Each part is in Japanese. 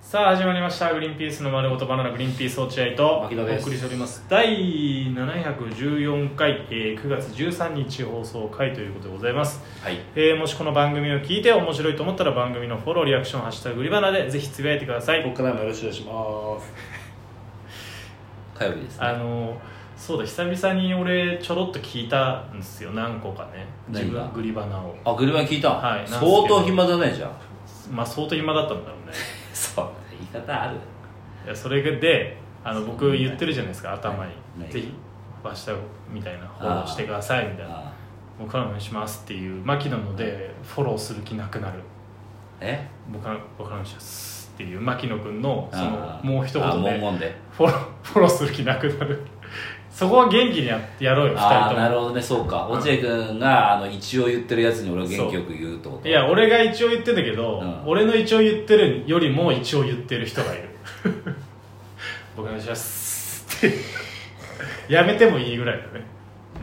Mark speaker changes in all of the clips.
Speaker 1: さあ始まりました「グリーンピースの丸ごとバナナグリーンピース落合」とお
Speaker 2: 牧野です
Speaker 1: 送りしております第714回、えー9月13日放送回ということでございます、
Speaker 2: はい
Speaker 1: えーもしこの番組を聞いて面白いと思ったら番組のフォローリアクション「ハッシュタググリバナ」でぜひつぶやいてください
Speaker 2: ここからもよろしくお願いします 火曜日です
Speaker 1: あ
Speaker 2: ね
Speaker 1: のーそうだ久々に俺ちょろっと聞いたんですよ何個かね自
Speaker 2: 何が
Speaker 1: 分グリバナを
Speaker 2: あ車聞いた、
Speaker 1: はいなんですけど
Speaker 2: 相当暇だねじゃあ
Speaker 1: まあ相当暇だったんだろうね
Speaker 2: そう言い方ある
Speaker 1: いやそれであの
Speaker 2: そう
Speaker 1: 僕
Speaker 2: ね
Speaker 1: 言ってるじゃないですか頭に
Speaker 2: ね
Speaker 1: ぜひ明日みたいなフォローしてくださいみたいな
Speaker 2: あ
Speaker 1: 僕からお願いしますっていう牧野のでフォローする気なくなる
Speaker 2: え
Speaker 1: 僕から僕からお願いしますっていう牧野君のその
Speaker 2: あー
Speaker 1: もう一
Speaker 2: あ
Speaker 1: 言
Speaker 2: 文
Speaker 1: で
Speaker 2: 言で
Speaker 1: フォローフォローする気なくなる そこは元気にややろうよ2
Speaker 2: あ
Speaker 1: 人
Speaker 2: あ
Speaker 1: とも
Speaker 2: なるほどねそうか落合君があの一応言ってるやつに俺を元気よく言うってこと
Speaker 1: いや俺が一応言ってたけど、
Speaker 2: うん
Speaker 1: 俺の一応言ってるよりも一応言ってる人がいる 僕お願いしますってやめても いいぐらいだね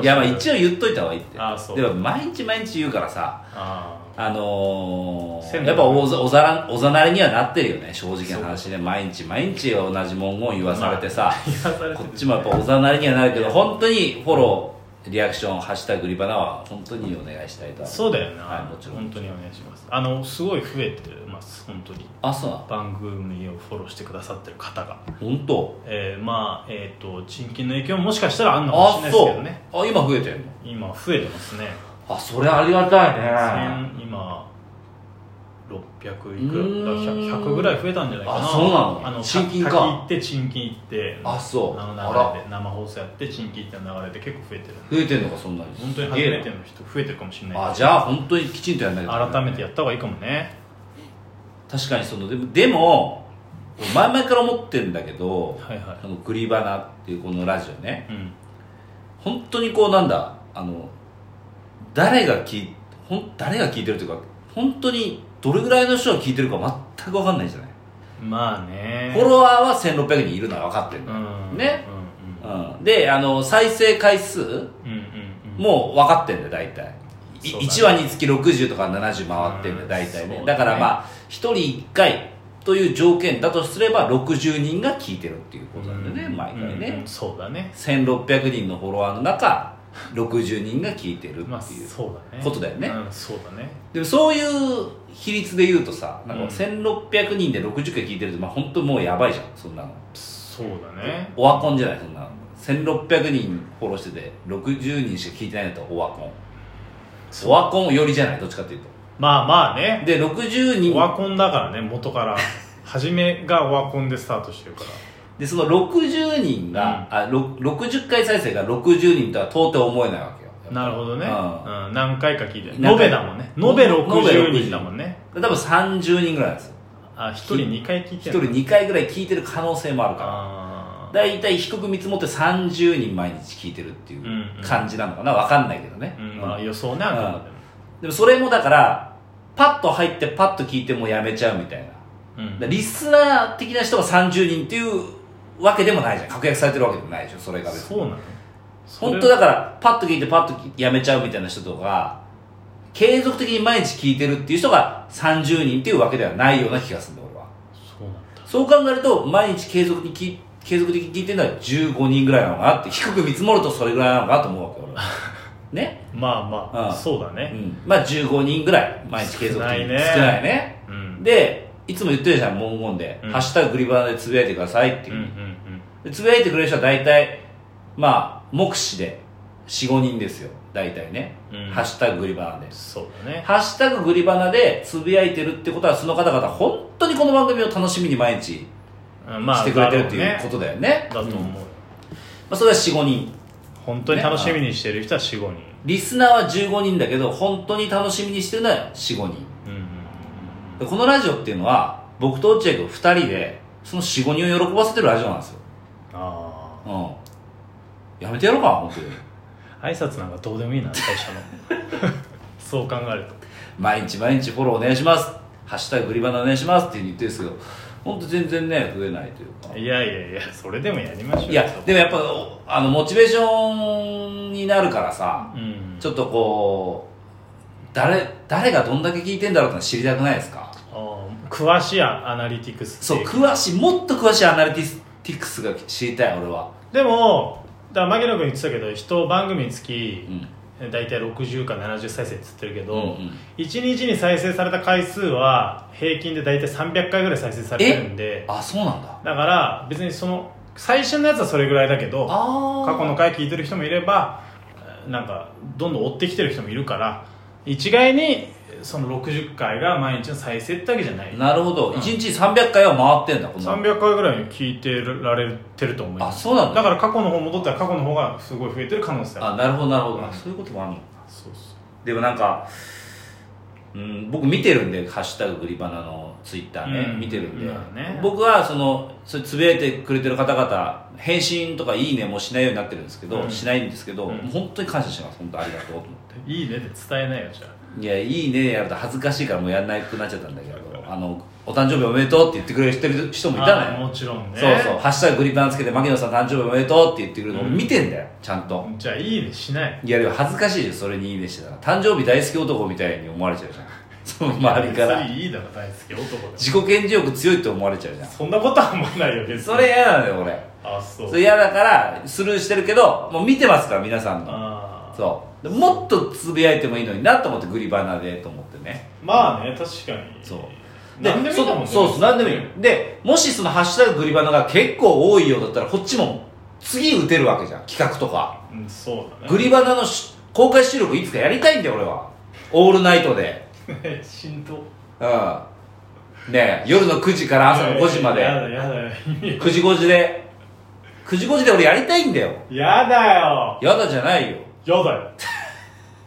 Speaker 2: いやまあ
Speaker 1: 応
Speaker 2: 一応言っといた方がいいって
Speaker 1: あーそう
Speaker 2: でも毎日毎日言うからさ
Speaker 1: あ
Speaker 2: あのー
Speaker 1: 鮮度
Speaker 2: やっぱおざおざらおざなりにはなってるよね正直な話で毎日毎日同じ文言言わされて さ、
Speaker 1: あ癒されて
Speaker 2: こ
Speaker 1: る
Speaker 2: っちもやっぱおざなりにはなるけど本当にフォローリアクション「ハッシュタグリバナ」は本当にお願いしたいと
Speaker 1: そうだよな、
Speaker 2: はいもちろん
Speaker 1: 本当にお願いしますあのすごい増えてます本当に
Speaker 2: あそうなの
Speaker 1: 番組をフォローしてくださってる方が、
Speaker 2: 本当
Speaker 1: えーまあえっ、と賃金の影響ももしかしたらあんのかもしれな
Speaker 2: あ
Speaker 1: いです
Speaker 2: そ
Speaker 1: けど
Speaker 2: う
Speaker 1: ね
Speaker 2: あ今増えてんの
Speaker 1: 今増えてますね
Speaker 2: あそれありがたいね
Speaker 1: 千今600いくら
Speaker 2: うーん
Speaker 1: だから 100, 100ぐらい増えたんじゃないかな
Speaker 2: あそうなの
Speaker 1: あの
Speaker 2: 賃金か
Speaker 1: 滝行って賃金行って
Speaker 2: あそう
Speaker 1: あの
Speaker 2: あ
Speaker 1: 流れで生放送やって賃金行っての流れで結構増えてる
Speaker 2: ら増えてんのかそんなに
Speaker 1: 本当に初めての人増えてるかもしれない
Speaker 2: あじゃあ本当にきちんとやんなきゃ
Speaker 1: 改めてやった方がいいかもね
Speaker 2: 確かにそのでもでも前々から思ってんだけど
Speaker 1: はいはい
Speaker 2: あのグリバナっていうこのラジオね
Speaker 1: うん
Speaker 2: 本当にこうなんだあの誰が聞いほん誰が聞いてるというか本当にどれぐらいの人が聞いてるか全く分かんないじゃない、
Speaker 1: まあね
Speaker 2: フォロワーは1600人いるのは分かってるの、
Speaker 1: うん
Speaker 2: ね
Speaker 1: うん
Speaker 2: うん、であの再生回数
Speaker 1: うんうんうんうん
Speaker 2: もう分かってんだよ大体い
Speaker 1: そうだね
Speaker 2: 1話につき60とか70回ってん
Speaker 1: う
Speaker 2: だよ
Speaker 1: ん
Speaker 2: 大体ね
Speaker 1: そうだね
Speaker 2: だからまあ1人1回という条件だとすれば60人が聞いてるっていうことなんだよね、毎回ね、
Speaker 1: うんうんそうだね
Speaker 2: 1600人のフォロワーの中60人が聞いてるっていう、
Speaker 1: まあそうだね
Speaker 2: ことだよね
Speaker 1: うんそうだね
Speaker 2: でもそういう比率で言うとさなんか
Speaker 1: うん
Speaker 2: 1600人で60回聞いてると、まあ、本当もうやばいじゃんそんなの
Speaker 1: そうだね
Speaker 2: オワコンじゃないそんなの1600人フォローしてて60人しか聞いてないんだったらオワコンオワコンよりじゃないどっちかっていうと
Speaker 1: まあまあね
Speaker 2: で60
Speaker 1: オ
Speaker 2: 人
Speaker 1: ワコンだからね元から初めがオワコンでスタートしてるか
Speaker 2: でその60人が、あろ60回再生が60人とは到底思えないわけよ
Speaker 1: らなるほどね、
Speaker 2: う
Speaker 1: うん、何回か聞いてる
Speaker 2: 何
Speaker 1: 延べ
Speaker 2: 回
Speaker 1: だもんね延べ60
Speaker 2: 60
Speaker 1: 人だもんね
Speaker 2: 多分30人ぐらいなんですよ
Speaker 1: あ一人2回聞い
Speaker 2: 1
Speaker 1: て
Speaker 2: 人
Speaker 1: る
Speaker 2: 2回ぐらい聞いてる可能性もあるから
Speaker 1: あー
Speaker 2: 大体低く見積もって30人毎日聞いてるってい
Speaker 1: んうん
Speaker 2: う感じなのかな分かんないけどね、
Speaker 1: うんまあ予想ねあくまでも
Speaker 2: でもそれもだからパッと入ってパッと聞いてもうやめちゃうみたいなだか
Speaker 1: うん
Speaker 2: らリスナー的な人が30人っていうわけでもないじゃん確約されてるわけでもないでしょそれが別に
Speaker 1: そうなのそれ
Speaker 2: 本当だからパッと聞いてパッとやめちゃうみたいな人とか継続的に毎日聞いてるっていう人が30人っていうわけではないような気がするんだ俺は
Speaker 1: そうなんだ
Speaker 2: そう考えると毎日継続に聞い継続的に聞いてるのは15人ぐらいなのかなって低く見積もるとそれぐらいなのかなと思うわけ俺 はね、
Speaker 1: まあまあ、
Speaker 2: うん
Speaker 1: そうだ
Speaker 2: う
Speaker 1: ね
Speaker 2: ん、まあ15人ぐらい毎日継
Speaker 1: 少
Speaker 2: 続的に
Speaker 1: ないね
Speaker 2: 少ないね
Speaker 1: うん
Speaker 2: でいつも言ってるじゃん文言で「
Speaker 1: うん
Speaker 2: ハッシュタググリバナ」でつぶやいてくださいって
Speaker 1: う
Speaker 2: い
Speaker 1: ん
Speaker 2: う
Speaker 1: う、ん
Speaker 2: でつぶやいてくれる人は大体まあ目視で45人ですよ大体ね、
Speaker 1: うんうん
Speaker 2: ハッシュタググリバナで
Speaker 1: そうだね
Speaker 2: ハッシュタググリバナでつぶやいてるってことはその方々本当にこの番組を楽しみに毎日
Speaker 1: うんまあ
Speaker 2: してくれてるっていうことだよね
Speaker 1: だろうねだと
Speaker 2: うん
Speaker 1: 思うよ
Speaker 2: まあ、それは45人
Speaker 1: 本当に楽しみにしてる人は45人
Speaker 2: リスナーは15人だけど本当に楽しみにしてるのは45人
Speaker 1: うんうん
Speaker 2: でこのラジオっていうのは僕と落合君2人でその45人を喜ばせてるラジオなんですよ
Speaker 1: あ
Speaker 2: うんやめてやろうか本当に
Speaker 1: あ挨拶なんかどうでもいいな最初の そう考えると
Speaker 2: 毎日毎日フォローお願いしますハッシュタググリバナお願いしますっていうふうに言ってるんですけど本当全然ね増えないというか
Speaker 1: いやいやいやそれでもやりましょうよ
Speaker 2: いやでもやっぱおあのモチベーションになるからさ
Speaker 1: うん
Speaker 2: ちょっとこう誰誰がどんだけ聞いてんだろうってのは知りたくないですか
Speaker 1: あー詳しいアナリティクス
Speaker 2: そう
Speaker 1: っていう
Speaker 2: 詳しいもっと詳しいアナリティクスが知りたい俺は
Speaker 1: でもだから牧野君言ってたけど人番組につき
Speaker 2: うん
Speaker 1: 大体60か70再生って言ってるけど、
Speaker 2: うんうん
Speaker 1: 1日に再生された回数は平均で大体300回ぐらい再生されてるんで
Speaker 2: あそうなんだ
Speaker 1: だから別にその最新のやつはそれぐらいだけど
Speaker 2: あ
Speaker 1: 過去の回聞いてる人もいればえーなんかどんどん追ってきてる人もいるから一概にその60回が毎日の再生ってわけじゃない
Speaker 2: なるほど、
Speaker 1: うん
Speaker 2: 一1日300回は回ってんだこの
Speaker 1: 300回ぐらい聞いてられてると思い
Speaker 2: あ
Speaker 1: ます
Speaker 2: そうなんだ
Speaker 1: だから過去の方戻ったら過去の方がすごい増えてる可能性ある
Speaker 2: あなるほどなるほど、
Speaker 1: うん
Speaker 2: あそういうこともあるのか
Speaker 1: そうそ
Speaker 2: でもなんか、うん、僕見てるんで「ハッシュタググリバナ」のツイッターね、
Speaker 1: うん
Speaker 2: 見てるんで、
Speaker 1: まあね
Speaker 2: 僕はそのそれつぶやいてくれてる方々返信とか「いいね」もしないようになってるんですけど、
Speaker 1: うん
Speaker 2: しないんですけど、
Speaker 1: うん
Speaker 2: もう本当に感謝してます本当ありがとうと思って
Speaker 1: ういいねって伝えないよじゃあ
Speaker 2: いや「いいね」やると恥ずかしいからもうやんなくなっちゃったんだけど「あのお誕生日おめでとう」って言ってくれる人もいた
Speaker 1: あ
Speaker 2: のよ
Speaker 1: もちろんね
Speaker 2: そうそう「ハッシュタググリバナ」つけて「牧野さん誕生日おめでとう」って言ってくれるのを
Speaker 1: うん
Speaker 2: 見てんだよちゃんと、
Speaker 1: じゃあいいねしない
Speaker 2: いやでも恥ずかしいじゃんそれに「いいね」してたら誕生日大好き男みたいに思われちゃうじゃん その周りから
Speaker 1: 別にいいだろ大好き男で
Speaker 2: 自己顕示欲強いって思われちゃうじゃん
Speaker 1: そんなことは思わないよ別に
Speaker 2: それ嫌なのよ俺
Speaker 1: あそう
Speaker 2: それ嫌だからスルーしてるけどもう見てますから皆さんの
Speaker 1: あー
Speaker 2: そうでもっとつぶやいてもいいのになと思ってグリバナでと思ってね
Speaker 1: まあね確かに
Speaker 2: そう
Speaker 1: で何でもいいんだもんね
Speaker 2: そそうそう何でもいいよでもしその「ハッシュタググリバナ」が結構多いようだったらこっちも次打てるわけじゃん企画とか
Speaker 1: うんそうだね
Speaker 2: グリバナのし公開収録いつかやりたいんだよ俺はオールナイトで
Speaker 1: しんど
Speaker 2: うんねえ夜の9時から朝の5時まで
Speaker 1: やだやだやだ
Speaker 2: 9時5時で9時5時で俺やりたいんだよ
Speaker 1: やだよ
Speaker 2: やだじゃないよ
Speaker 1: やだよ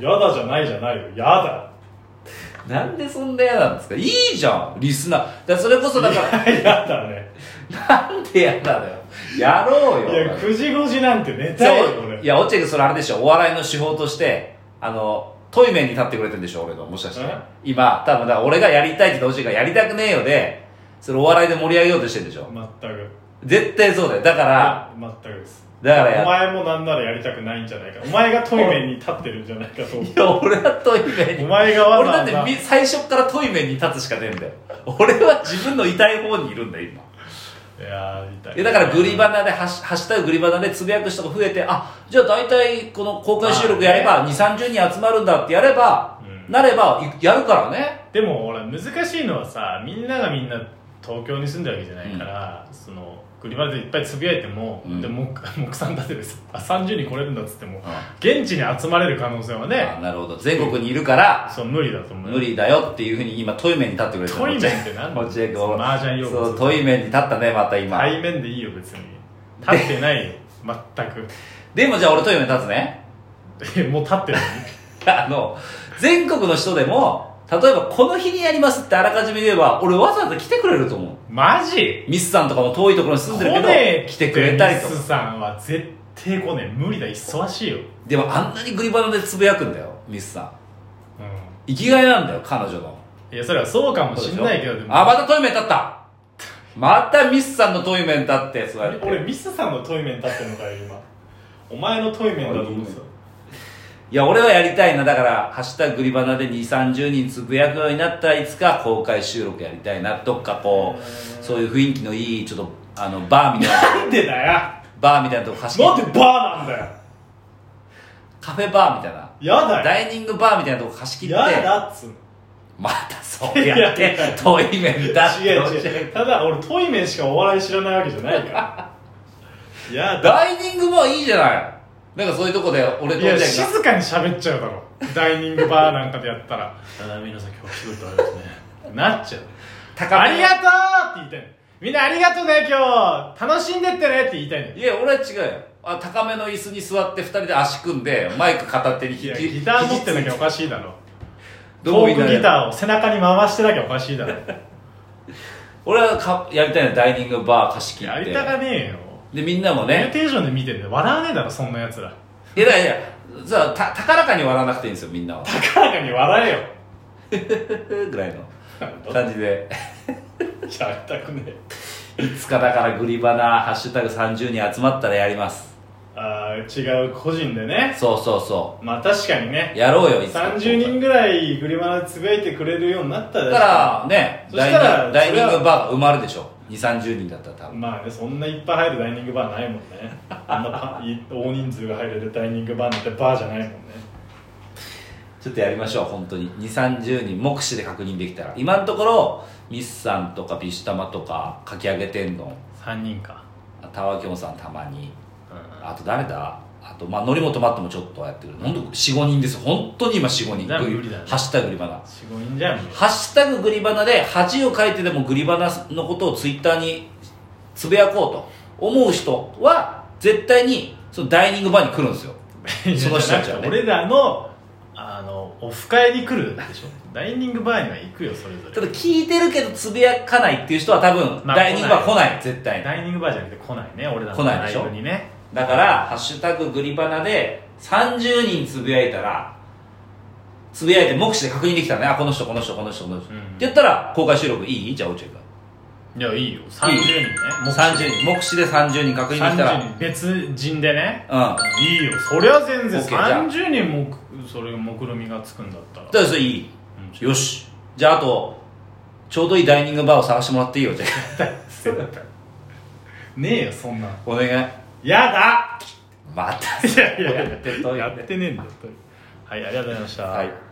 Speaker 1: やだじゃないじゃないよやだ
Speaker 2: なんでそんな嫌なんですかいいじゃんリスナーだからそれこそだか
Speaker 1: よやだね
Speaker 2: らなんで嫌なのよやろ
Speaker 1: いう
Speaker 2: よ
Speaker 1: や9時5時なんて寝
Speaker 2: そ
Speaker 1: たいよ
Speaker 2: う
Speaker 1: 俺
Speaker 2: いや落合君それあれでしょお笑いの手法としてあのトイメンに立ってくれてるんでしょ俺のもしかして
Speaker 1: え
Speaker 2: 今多分だから俺がやりたいって言ってほしいからやりたくねえよでそれお笑いで盛り上げようとしてるんでしょ
Speaker 1: 全く
Speaker 2: 絶対そうだよだから
Speaker 1: 全くです
Speaker 2: だから
Speaker 1: お
Speaker 2: や
Speaker 1: 前もなんならやりたくないんじゃないかお前がトイレに立ってるんじゃないかと思う
Speaker 2: いや俺はトイメンに
Speaker 1: お前がわ
Speaker 2: 俺
Speaker 1: ざ
Speaker 2: だっ
Speaker 1: わ
Speaker 2: て
Speaker 1: ざ
Speaker 2: み最初からトイメンに立つしかねえんだよ俺は自分の痛い方にいるんだよ今
Speaker 1: いやー痛い
Speaker 2: いやだからグリバナでハッシュ「ハッシュタググリバナ」でつぶやく人が増えてあじゃあ大体この公開収録やれば2 3 0人集まるんだってやれば、
Speaker 1: うん
Speaker 2: なればいやるからね
Speaker 1: でも俺難しいのはさみんながみんな東京に住んでるわけじゃないから、そのグリバルでいっぱいつぶやいても、
Speaker 2: うん
Speaker 1: で も目算立てでさあ30人来れるんだっつっても
Speaker 2: あ
Speaker 1: 現地に集まれる可能性はね
Speaker 2: なるほど全国にいるから
Speaker 1: そう無理だと思う
Speaker 2: 無理だよっていうふうに今トイメンに立ってくれてる
Speaker 1: トイメンっ て何だ
Speaker 2: 落合君
Speaker 1: そう麻雀用語
Speaker 2: そうトイメンに立ったねまた今
Speaker 1: 対面でいいよ別に立ってないよ全
Speaker 2: でもじゃあ俺トイメンに立つね
Speaker 1: く えもう立ってる
Speaker 2: あの全国の人でも例えばこの日にやりますってあらかじめ言えば俺わざわざ来てくれると思う
Speaker 1: マジ
Speaker 2: ミスさんとかも遠いところに住んでるけど
Speaker 1: 来ねえ
Speaker 2: 来てくれたりと
Speaker 1: っ
Speaker 2: か
Speaker 1: てミスさんは絶対来ねえ無理だ忙しいよ、
Speaker 2: でもあんなにグリバナでつぶやくんだよミスさん
Speaker 1: う
Speaker 2: 生きがいなんだよ彼女の
Speaker 1: ん、いやそれはそうかもしんないけどでも
Speaker 2: あまたトイメン立ったまたミスさんのトイメン立ってそうやって
Speaker 1: 俺ミスさんのトイメン立ってるのかよ今お前のトイメンだと思ってた
Speaker 2: いや俺はやりたいなだから「ハッシュタググリバナ」で2 3 0人つぶやくようになったらいつか公開収録やりたいなどっかこうそういう雰囲気のいいちょっとあのバーみたいな
Speaker 1: なんでだよ
Speaker 2: バーみたいなとこ貸し切
Speaker 1: なん
Speaker 2: っ
Speaker 1: で
Speaker 2: て
Speaker 1: バーなんだよ
Speaker 2: カフェバーみたいな
Speaker 1: やだよ
Speaker 2: ダイニングバーみたいなとこ貸し切って
Speaker 1: やだっつうの
Speaker 2: またそうやっ
Speaker 1: いや
Speaker 2: て
Speaker 1: いや
Speaker 2: トイメンだって
Speaker 1: 違う違うただ俺トイメンしかお笑い知らないわけじゃないからやだ
Speaker 2: ダイニングバーいいじゃないなんかそういうとこで俺と
Speaker 1: いや
Speaker 2: 落合君が
Speaker 1: 静かに喋っちゃうだろダイニングバーなんかでやったら「ただ皆さん今日来てくれてありがとうね」なっちゃう
Speaker 2: 高
Speaker 1: あ
Speaker 2: め
Speaker 1: りがとうって言いたいのみんなありがとうね今日楽しんでってねって言いたいの
Speaker 2: いや俺は違うよあ高めの椅子に座って二人で足組んでマイク片手に
Speaker 1: い
Speaker 2: ひ
Speaker 1: や
Speaker 2: じ
Speaker 1: ギター持ってな
Speaker 2: 肘
Speaker 1: きゃおかしいだろ
Speaker 2: どこ
Speaker 1: ト
Speaker 2: もい
Speaker 1: ー
Speaker 2: ない
Speaker 1: クギターを背中に回してなきゃおかし いだろ
Speaker 2: 俺はかやりたいのダイニングバー貸し切
Speaker 1: や
Speaker 2: っ
Speaker 1: り
Speaker 2: て
Speaker 1: たがねえよ
Speaker 2: でみんなも
Speaker 1: コミュニ
Speaker 2: ね
Speaker 1: ケーションで見てんで笑わねえだろそんなやつら
Speaker 2: いやいやいやさあた高らかに笑わなくていいんですよみんなは
Speaker 1: 高らかに笑えよ
Speaker 2: ぐらいの感じで
Speaker 1: やりたくね
Speaker 2: いつかだからグリバナハッシュタグ30人集まったらやります
Speaker 1: えあー違う個人でね
Speaker 2: そうそうそ
Speaker 1: まあ確かにね
Speaker 2: うやろうよいつか
Speaker 1: 30人ぐらいグリマナでつぶやいてくれるようになった
Speaker 2: だ
Speaker 1: ら
Speaker 2: からね
Speaker 1: そ
Speaker 2: ダ
Speaker 1: し
Speaker 2: イ
Speaker 1: た
Speaker 2: ニン
Speaker 1: ら
Speaker 2: グダイニン
Speaker 1: それ
Speaker 2: グ
Speaker 1: は
Speaker 2: バーが埋まるでしょ2 3 0人だったら多分
Speaker 1: まあねそんないっぱい入るダイニングバーないもんねあんなパい大人数が入れるダイニングバーなんてバーじゃないもんね
Speaker 2: ちょっとやりましょう本当に2 3 0人目視で確認できたら今のところミスさんとかビシュタマとかかき揚げ天丼
Speaker 1: 3人か
Speaker 2: あタワキョンさんたまに
Speaker 1: う
Speaker 2: あと誰だあとまあ乗りも止まってもちょっとやってるほんと45人です本当に今45人
Speaker 1: だから
Speaker 2: グリ
Speaker 1: 無理だね
Speaker 2: ハッシュタググリバナ
Speaker 1: 45人じゃんもう
Speaker 2: ハッシュタググリバナで恥をかいてでもグリバナのことをツイッターにつぶやこうと思う人は絶対にそのダイニングバーに来るんです よその人たちはね
Speaker 1: 俺らのあのオフ会に来るでしょダイニングバーには行くよそれぞ
Speaker 2: た
Speaker 1: れ
Speaker 2: だ聞いてるけどつぶやかないっていう人は多分
Speaker 1: まあ
Speaker 2: ダイニングバー来ない絶対
Speaker 1: ダイニングバーじゃなくて来ないね俺らの
Speaker 2: 来ないで
Speaker 1: ラ
Speaker 2: し
Speaker 1: イ
Speaker 2: ょ
Speaker 1: ブにね
Speaker 2: だから「ハッシュタググリバナ」で30人つぶやいたらつぶやいて目視で確認できたらねあこの人この人この人この人、
Speaker 1: うん
Speaker 2: って言ったら公開収録いいじゃあ落合君
Speaker 1: いやいいよ30人ね目視
Speaker 2: 30人目視で30人確認できたら
Speaker 1: 30人別人でね
Speaker 2: うん
Speaker 1: いいよそりゃ全然
Speaker 2: OK じゃあ
Speaker 1: 30人もくそれが目論みがつくんだったら
Speaker 2: だからそれいい
Speaker 1: うん
Speaker 2: よしじゃああとちょうどいいダイニングバーを探してもらっていいよじゃあ
Speaker 1: そうだったねえよそんなん
Speaker 2: お願い
Speaker 1: やだ
Speaker 2: また
Speaker 1: いやいや
Speaker 2: やってといて
Speaker 1: やってねえんだよとはいありがとうございました、
Speaker 2: はい